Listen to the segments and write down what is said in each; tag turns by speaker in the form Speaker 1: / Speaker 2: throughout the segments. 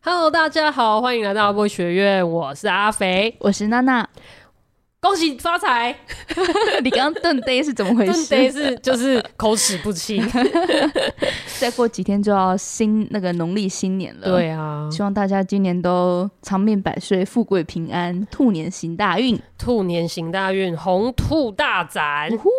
Speaker 1: Hello，大家好，欢迎来到阿波学院，我是阿肥，
Speaker 2: 我是娜 娜。
Speaker 1: 恭喜发财！
Speaker 2: 你刚刚顿哎呆是啊怎么回
Speaker 1: 真的
Speaker 2: 事？
Speaker 1: 是就是口齿不 清。
Speaker 2: 再过几天就要新那个农历新年了，，
Speaker 1: 对啊，
Speaker 2: 希望大家今年都长命百岁、富贵平安、兔年行大运。
Speaker 1: 兔年行大运，红兔大展。
Speaker 2: 呼，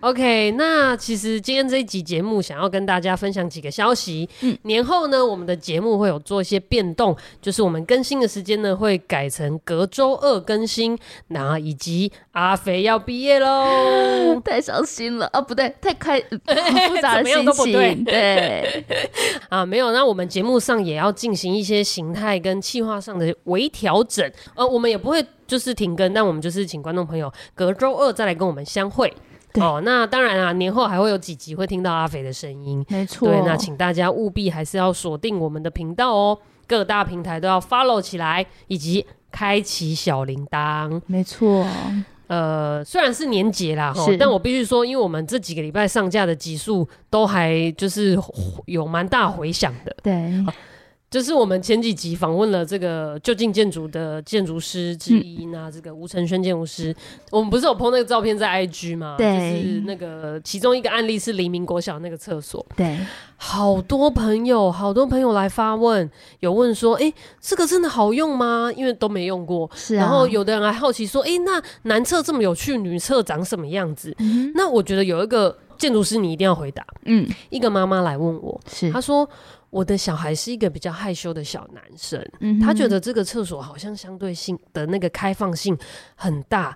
Speaker 1: OK，那其实今天这一集节目想要跟大家分享几个消息。
Speaker 2: 嗯。
Speaker 1: 年后呢，我们的节目会有做一些变动，就是我们更新的时间呢会改成隔周二更新，那以及阿肥要毕业喽
Speaker 2: 太伤心了啊！不对，太开、复
Speaker 1: 怎
Speaker 2: 杂的
Speaker 1: 么
Speaker 2: 心
Speaker 1: 样都不
Speaker 2: 情，
Speaker 1: 对
Speaker 2: 对，
Speaker 1: 啊，没有，那我们节目上也要进行一些形态跟气划上的微调整。呃，我们也不会就是停更，但我们就是请观众朋友隔周二再来跟我们相会。
Speaker 2: 对
Speaker 1: 哦，那当然啊，年后还会有几集会听到阿肥的声音。
Speaker 2: 没错。
Speaker 1: 对，那请大家务必还是要锁定我们的频道哦，各大平台都要 follow 起来，以及开启小铃铛。
Speaker 2: 没错，
Speaker 1: 呃，虽然是年节啦哈
Speaker 2: 是，
Speaker 1: 但我必须说，因为我们这几个礼拜上架的集数都还就是有蛮大回响的。
Speaker 2: 对，
Speaker 1: 就是我们前几集访问了这个就近建筑的建筑师之一，那这个吴承轩建筑师，我们不是有 PO 那个照片在 IG 吗？
Speaker 2: 对
Speaker 1: 就是那个其中一个案例是黎明国小那个厕所，
Speaker 2: 对，
Speaker 1: 好多朋友，好多朋友来发问，有问说，诶，这个真的好用吗？因为都没用过。
Speaker 2: 是啊。
Speaker 1: 然后，有的人还好奇说，诶，那男厕这么有趣，女厕长什么样子？
Speaker 2: 嗯
Speaker 1: 那我觉得有一个建筑师你一定要回答。
Speaker 2: 嗯，
Speaker 1: 一个妈妈来问我，
Speaker 2: 是
Speaker 1: 她，说我的小孩是一个比较害羞的小男生，
Speaker 2: 嗯哼
Speaker 1: 他觉得这个厕所好像相对性的那个开放性很大。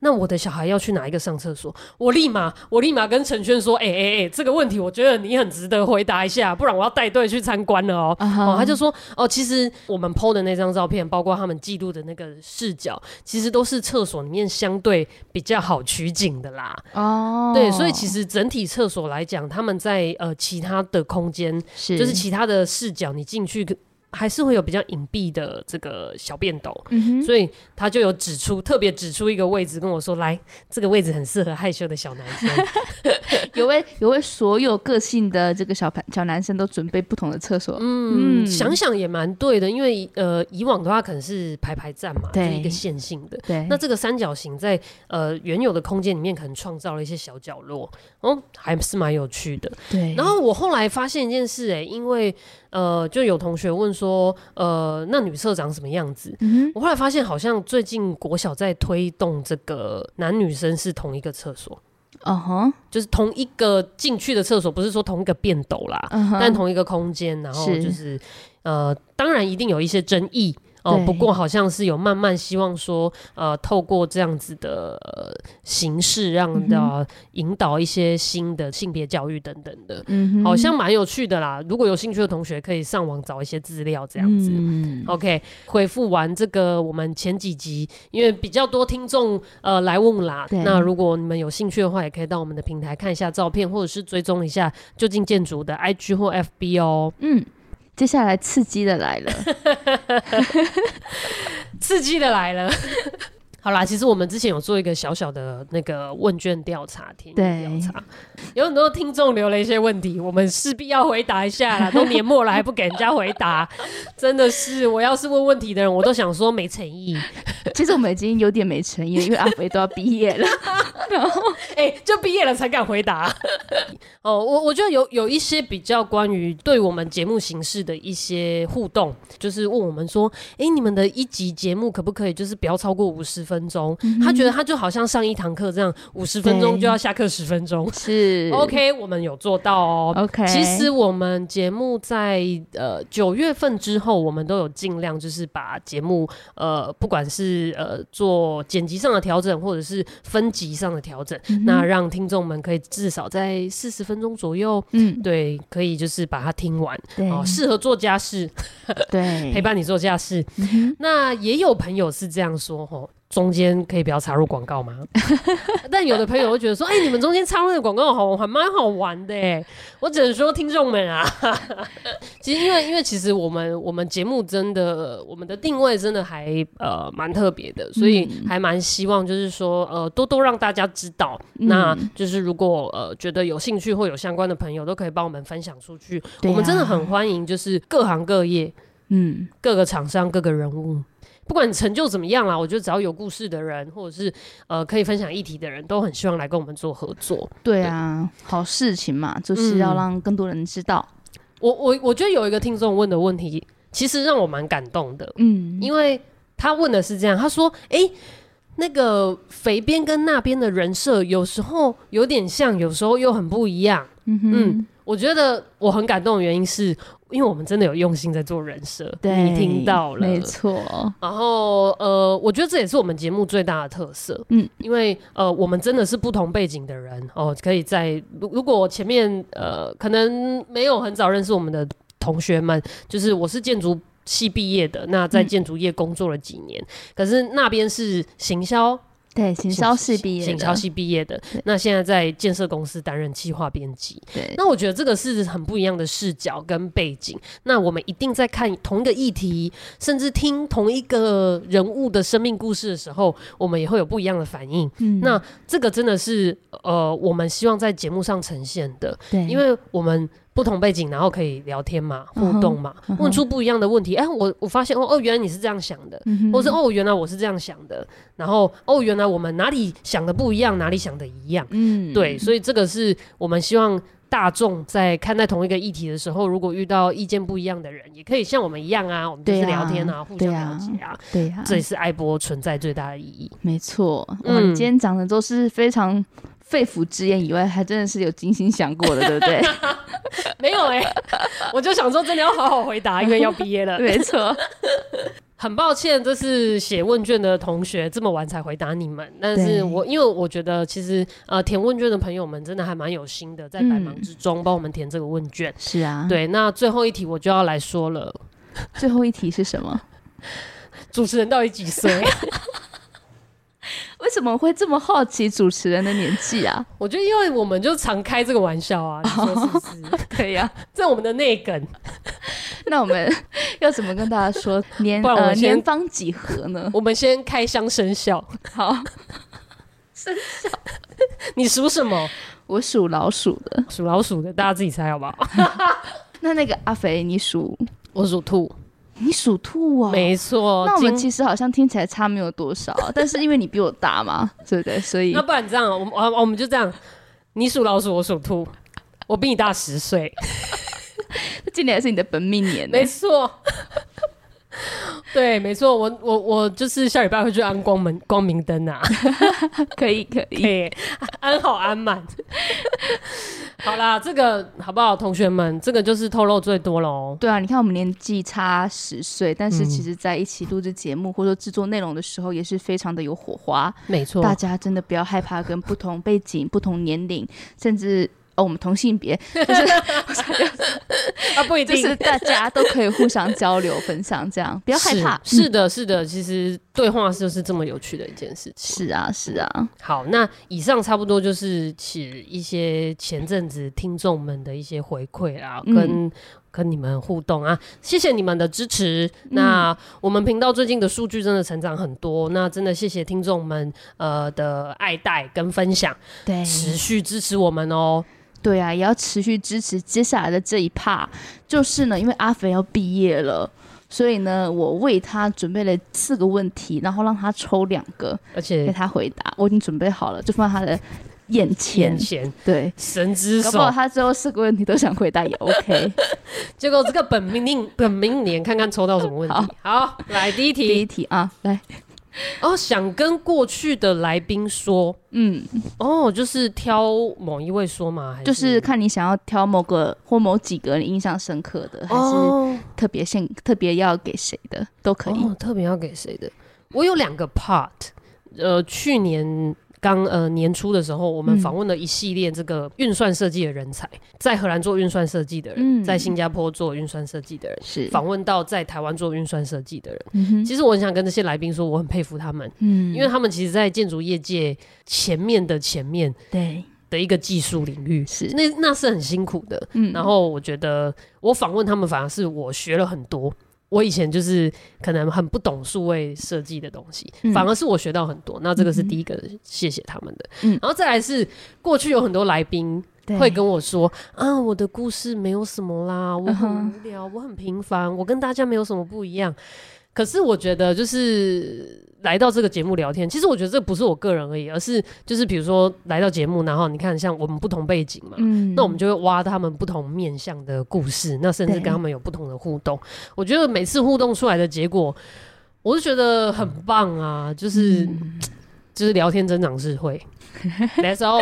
Speaker 1: 那我的小孩要去哪一个上厕所？我立马，我立马跟陈轩说：“哎哎哎，这个问题我觉得你很值得回答一下，不然我要带队去参观了哦。
Speaker 2: 啊哈
Speaker 1: 哦，他就说：“哦，其实我们 PO 的那张照片，包括他们记录的那个视角，其实都是厕所里面相对比较好取景的啦。
Speaker 2: 哦，
Speaker 1: 对，所以其实整体厕所来讲，他们在呃其他的空间
Speaker 2: 是
Speaker 1: 就是其他的视角，你进去还是会有比较隐蔽的这个小便斗，
Speaker 2: 嗯哼，
Speaker 1: 所以他就有指出，特别指出一个位置跟我说，来，这个位置很适合害羞的小男生。
Speaker 2: 有为有为所有个性的这个小朋小男生都准备不同的厕所，
Speaker 1: 嗯，
Speaker 2: 嗯
Speaker 1: 想想也蛮对的，因为呃以往的话可能是排排站嘛，就是
Speaker 2: 对
Speaker 1: 一个线性的。
Speaker 2: 对，
Speaker 1: 那这个三角形在呃原有的空间里面，可能创造了一些小角落，哦，还是蛮有趣的。
Speaker 2: 对，
Speaker 1: 然后我后来发现一件事、欸，因为呃，就有同学问说，呃，那女社长什么样子？
Speaker 2: 嗯哼
Speaker 1: 我后来发现，好像最近国小在推动这个男女生是同一个厕所，
Speaker 2: 嗯哼，
Speaker 1: 就是同一个进去的厕所，不是说同一个便斗啦，
Speaker 2: 嗯哼，
Speaker 1: 但同一个空间。然后
Speaker 2: 是
Speaker 1: 就是呃，当然一定有一些争议哦、
Speaker 2: 对
Speaker 1: 不过好像是有慢慢希望说，呃，透过这样子的、呃形式，
Speaker 2: 嗯
Speaker 1: 让的、引导一些新的性别教育等等的。
Speaker 2: 嗯哼
Speaker 1: 好像蛮有趣的啦。如果有兴趣的同学，可以上网找一些资料，这样子。
Speaker 2: 嗯
Speaker 1: OK，回复完这个，我们前几集因为比较多听众呃来问啦，
Speaker 2: 对
Speaker 1: 那如果你们有兴趣的话，也可以到我们的平台看一下照片，或者是追踪一下就近建筑的 IG 或 FB 哦。
Speaker 2: 嗯，接下来刺激的来了，
Speaker 1: 刺激的来了。 好啦，其实我们之前有做一个小小的那个问卷调查，田野调查，有很多听众留了一些问题，我们势必要回答一下啦。都年末了还不给人家回答，真的是，我要是问问题的人，我都想说没诚意。
Speaker 2: 其实我们已经有点没诚意了，因为阿肥都要毕业了，
Speaker 1: 哎、就毕业了才敢回答。啊 哦，我我觉得有有一些比较关于对我们节目形式的一些互动，就是问我们说，哎、你们的一集节目可不可以就是不要超过五十分钟？ 他觉得他就好像上一堂课这样，五十分钟
Speaker 2: 嗯对
Speaker 1: 就要下课十分钟。
Speaker 2: 是
Speaker 1: OK，我们有做到哦。
Speaker 2: OK，
Speaker 1: 其实我们节目在呃九月份之后，我们都有尽量就是把节目呃不管是呃做剪辑上的调整，或者是分级上的调整，
Speaker 2: 嗯
Speaker 1: 那让听众们可以至少在四十分钟左右，
Speaker 2: 嗯，
Speaker 1: 对，可以就是把它听完
Speaker 2: 对
Speaker 1: 哦，适合做家事，
Speaker 2: 对
Speaker 1: 陪伴你做家事。
Speaker 2: 嗯哼
Speaker 1: 那也有朋友是这样说吼。中间可以不要插入广告 吗？但有的朋友会觉得说：“哎、你们中间插入的广告好还蛮好玩的哎。”我只能说，听众们啊， 其实因为因为其实我们我们节目真的我们的定位真的还呃蛮特别的，所以还蛮希望就是说呃多多让大家知道。
Speaker 2: 嗯
Speaker 1: 那就是如果呃觉得有兴趣或有相关的朋友，都可以帮我们分享出去。
Speaker 2: 对啊
Speaker 1: 我们真的很欢迎，就是各行各业。
Speaker 2: 嗯，
Speaker 1: 各个厂商、各个人物，不管你成就怎么样啦，我觉得只要有故事的人，或者是呃可以分享议题的人，都很希望来跟我们做合作。
Speaker 2: 对啊，好事情嘛，
Speaker 1: 嗯
Speaker 2: 就是要让更多人知道。
Speaker 1: 我我我觉得有一个听众问的问题，其实让我蛮感动的，
Speaker 2: 嗯，
Speaker 1: 因为他问的是这样，他说：“诶，那个肥边跟那边的人设有时候有点像，有时候又很不一样。”
Speaker 2: 嗯哼
Speaker 1: 嗯我觉得我很感动的原因是，因为我们真的有用心在做人设，
Speaker 2: 对，
Speaker 1: 你听到了，
Speaker 2: 没错。
Speaker 1: 然后呃，我觉得这也是我们节目最大的特色，
Speaker 2: 嗯
Speaker 1: 嗯，因为呃，我们真的是不同背景的人哦，可以在如如果前面呃，可能没有很早认识我们的同学们，就是我是建筑系毕业的，那在
Speaker 2: 嗯
Speaker 1: 建筑业工作了几年，可是那边是行销
Speaker 2: 对，行销系毕业的，
Speaker 1: 行销系毕业的
Speaker 2: 对，
Speaker 1: 那现在在建设公司担任企划编辑，
Speaker 2: 对，
Speaker 1: 那我觉得这个是很不一样的视角跟背景。那我们一定在看同一个议题，甚至听同一个人物的生命故事的时候，我们也会有不一样的反应。
Speaker 2: 嗯
Speaker 1: 那这个真的是呃，我们希望在节目上呈现的，
Speaker 2: 对，
Speaker 1: 因为我们。不同背景，然后可以聊天嘛，
Speaker 2: 嗯
Speaker 1: 互
Speaker 2: 哼
Speaker 1: 动嘛，
Speaker 2: 嗯哼
Speaker 1: 问出不一样的问题。哎、我我发现哦，哦，原来你是这样想的，
Speaker 2: 嗯哼
Speaker 1: 或是哦，原来我是这样想的，然后哦，原来我们哪里想的不一样，哪里想的一样。
Speaker 2: 嗯，
Speaker 1: 对，所以这个是我们希望大众在看待同一个议题的时候，如果遇到意见不一样的人，也可以像我们一样啊，我们就
Speaker 2: 对
Speaker 1: 是
Speaker 2: 啊
Speaker 1: 聊天啊，互相
Speaker 2: 对
Speaker 1: 了
Speaker 2: 啊
Speaker 1: 解啊，
Speaker 2: 对呀、
Speaker 1: 这也是爱播存在最大的意义。
Speaker 2: 没错。我
Speaker 1: 嗯
Speaker 2: 们今天讲的都是非常肺腑之言以外，还真的是有精心想过的，对不对？
Speaker 1: 没有哎、 我就想说真的要好好回答，因为要毕业了。
Speaker 2: 没错，
Speaker 1: 很抱歉，这是写问卷的同学这么晚才回答你们，但
Speaker 2: 对
Speaker 1: 是我因为我觉得其实呃填问卷的朋友们真的还蛮有心的，在百忙
Speaker 2: 嗯
Speaker 1: 之中帮我们填这个问卷。
Speaker 2: 是啊。，
Speaker 1: 对，那最后一题我就要来说了，
Speaker 2: 最后一题是什么？
Speaker 1: 主持人到底几 岁？
Speaker 2: 为什么会这么好奇主持人的年 纪啊？
Speaker 1: 我觉得，因为我们就常开这个玩笑啊，你说是
Speaker 2: 哦
Speaker 1: 不是？
Speaker 2: 对呀、
Speaker 1: 这我们的内梗，
Speaker 2: 那 我们要怎么跟大家说年
Speaker 1: 不然我
Speaker 2: 呃
Speaker 1: 先
Speaker 2: 年方几何呢？
Speaker 1: 我们先开箱生肖。
Speaker 2: 好，
Speaker 1: 你属什么？
Speaker 2: 我属老鼠的。
Speaker 1: 属老鼠的，大家自己猜好不好？
Speaker 2: 那那个阿肥，你属
Speaker 1: 我属兔，
Speaker 2: 你属兔啊、
Speaker 1: 没错。
Speaker 2: 那我们
Speaker 1: 今
Speaker 2: 其实好像听起来差没有多少，但是因为你比我大 嘛，对不对？所以
Speaker 1: 那不然这样，我们我我们就这样，你属老鼠，我属兔，我比你大十岁，
Speaker 2: 今年还是你的本命年呢、
Speaker 1: 没错。 对，没错，我我我就是下礼拜会去安光门光明灯啊。
Speaker 2: 可以可以，
Speaker 1: 对，安好安满。 好啦，这个好不好，同学们？这个就是透露最多哦喽。
Speaker 2: 对啊，你看我们年纪差十岁，但是
Speaker 1: 嗯
Speaker 2: 其实在一起录制节目或者说制作内容的时候，也是非常的有火花。
Speaker 1: 没错
Speaker 2: 大家真的不要害怕跟不同背景、不同年龄，甚至。哦，我们同性别
Speaker 1: 啊，不一
Speaker 2: 就
Speaker 1: 定
Speaker 2: 是大家都可以互相 交流、分享，这样不
Speaker 1: 不
Speaker 2: 要害怕。嗯
Speaker 1: 是是的，是的，其实对话就是这么有趣的一件事情。
Speaker 2: 是啊，是啊，
Speaker 1: 好，那以上差不多就是起一些前阵子听众们的一些回馈啊，
Speaker 2: 嗯
Speaker 1: 跟。跟你们互动啊，谢谢你们的支持。
Speaker 2: 嗯
Speaker 1: 那我们频道最近的数据真的成长很多，那真的谢谢听众们呃的爱戴跟分享，
Speaker 2: 对
Speaker 1: 持续支持我们哦。
Speaker 2: 对啊，也要持续支持接下来的这一趴。就是呢，因为阿肥要毕业了，所以呢，我为他准备了四个问题，然后让他抽两个
Speaker 1: 而
Speaker 2: 给
Speaker 1: 且
Speaker 2: 他回答。我已经准备好了，就放在他的眼前
Speaker 1: 眼。前
Speaker 2: 对，
Speaker 1: 神之
Speaker 2: 搞不
Speaker 1: 手，
Speaker 2: 好他最后四个问题都想回答也 OK。
Speaker 1: 结果这个本命本命年看看抽到什么问题。好，来 第一
Speaker 2: 第
Speaker 1: 题
Speaker 2: 一题啊，来，
Speaker 1: 哦，想跟过去的来宾说
Speaker 2: 嗯，
Speaker 1: 哦，就是挑某一位说嘛，还是
Speaker 2: 就是看你想要挑某个或某几个你印象深刻的，还是
Speaker 1: 哦
Speaker 2: 特别献特别要给谁的都可以。
Speaker 1: 哦，特别要给谁的？我有两个 part，呃，去年。刚呃年初的时候，我们
Speaker 2: 嗯
Speaker 1: 访问了一系列这个运算设计的人才，在荷兰做运算设计的人，
Speaker 2: 嗯
Speaker 1: 在新加坡做运算设计的人，
Speaker 2: 是，
Speaker 1: 访问到在台湾做运算设计的人。
Speaker 2: 嗯哼，
Speaker 1: 其实我很想跟这些来宾说，我很佩服他们，
Speaker 2: 嗯，
Speaker 1: 因为他们其实，在建筑业界前面的前面
Speaker 2: 对，
Speaker 1: 的一个技术领域，
Speaker 2: 是
Speaker 1: 那那是很辛苦的。
Speaker 2: 嗯
Speaker 1: 然后我觉得，我访问他们，反而是我学了很多。我以前就是可能很不懂数位设计的东西，
Speaker 2: 嗯
Speaker 1: 反而是我学到很多。那这个是第一个，谢谢他们的。
Speaker 2: 嗯
Speaker 1: 然后再来是过去有很多来宾，
Speaker 2: 对
Speaker 1: 会跟我说啊，我的故事没有什么啦，我
Speaker 2: 嗯
Speaker 1: 很
Speaker 2: 哼
Speaker 1: 无聊，我很平凡，我跟大家没有什么不一样。可是我觉得，就是来到这个节目聊天，其实我觉得这不是我个人而已，而是就是比如说来到节目，然后你看像我们不同背景嘛，
Speaker 2: 嗯
Speaker 1: 那我们就会挖他们不同面向的故事，那甚至
Speaker 2: 对
Speaker 1: 跟他们有不同的互动。我觉得每次互动出来的结果，我就觉得很棒啊！就是、就是聊天增长智慧，来时 候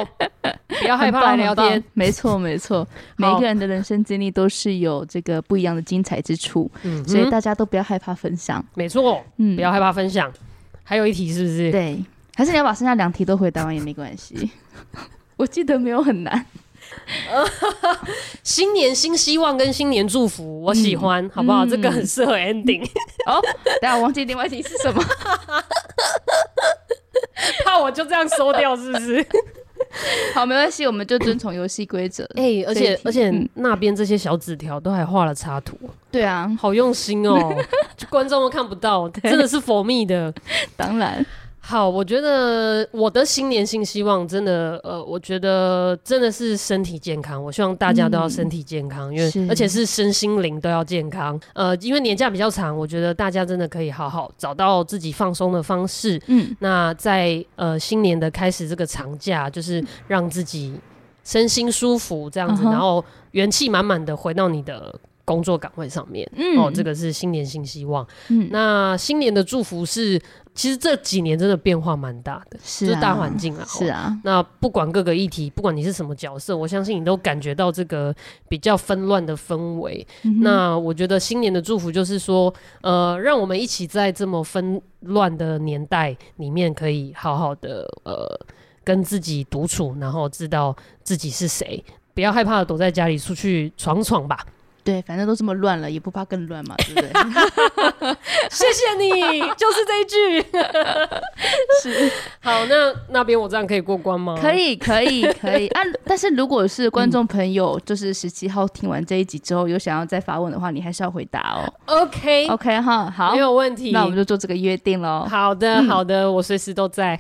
Speaker 1: 不要害怕来聊
Speaker 2: 很棒很
Speaker 1: 天
Speaker 2: 棒。没错没 错，每一个人的人生经历都是有这个不一样的精彩之处，
Speaker 1: 嗯哼，
Speaker 2: 所以大家都不要害怕分享，
Speaker 1: 没错，
Speaker 2: 嗯，
Speaker 1: 不要害怕分享。还有一题是不是？
Speaker 2: 对，还是你要把剩下两题都回答完也没关系。 我记得没有很难，
Speaker 1: 新年新希望跟新年祝福，我喜欢，好不好？
Speaker 2: 嗯
Speaker 1: 这个很适合 ending，
Speaker 2: 等下我忘记另外一题是什么。
Speaker 1: 怕我就这样收掉，是不是？
Speaker 2: 好，没关系，我们就遵从游戏规则。
Speaker 1: 哎、而且而
Speaker 2: 这
Speaker 1: 且
Speaker 2: 一题嗯
Speaker 1: 那边这些小纸条都还画了插图，
Speaker 2: 对啊，
Speaker 1: 好用心 哦，就观众都看不到，真的是佛密的。
Speaker 2: 当然，
Speaker 1: 好，我觉得我的新年新希望真的，呃，我觉得真的是身体健康。我希望大家都要身体健康，因
Speaker 2: 嗯是
Speaker 1: 为而且是身心灵都要健康。呃，因为年假比较长，我觉得大家真的可以好好找到自己放松的方式。
Speaker 2: 嗯，
Speaker 1: 那在呃新年的开始这个长假，就是让自己身心舒服这样子，
Speaker 2: 嗯哼
Speaker 1: 然后元气满满的回到你的工作岗位上面。
Speaker 2: 嗯
Speaker 1: 哦，这个是新年新希望。
Speaker 2: 嗯，
Speaker 1: 那新年的祝福是，其实这几年真的变化蛮大的，
Speaker 2: 是
Speaker 1: 就
Speaker 2: 啊
Speaker 1: 是大环境啊。
Speaker 2: 是
Speaker 1: 哦。
Speaker 2: 啊，
Speaker 1: 那不管各个议题，不管你是什么角色，我相信你都感觉到这个比较纷乱的氛围。
Speaker 2: 嗯哼
Speaker 1: 那我觉得新年的祝福就是说，呃，让我们一起在这么纷乱的年代里面，可以好好的呃跟自己独处，然后知道自己是谁，不要害怕的躲在家里出去闯闯吧。
Speaker 2: 对，反正都这么乱了，也不怕更乱嘛，对不 对？
Speaker 1: 谢谢你，就是这一句。
Speaker 2: 是，
Speaker 1: 好，那那边我这样可以过关吗？
Speaker 2: 可。以，可以，可以啊！但是如果是观
Speaker 1: 嗯
Speaker 2: 众朋友，就是十七号听完这一集之后，有想要再发问的话，你还是要回答哦。
Speaker 1: OK，
Speaker 2: OK 哈，好
Speaker 1: 没，有问题。
Speaker 2: 那我们就做嗯这个约定喽。
Speaker 1: 好的，好的，我随时都 在。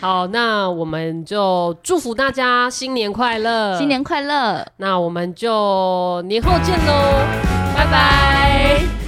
Speaker 1: 好，那我们就祝福大家新年快乐，
Speaker 2: 新年快乐！
Speaker 1: 那我们就年后见喽，拜拜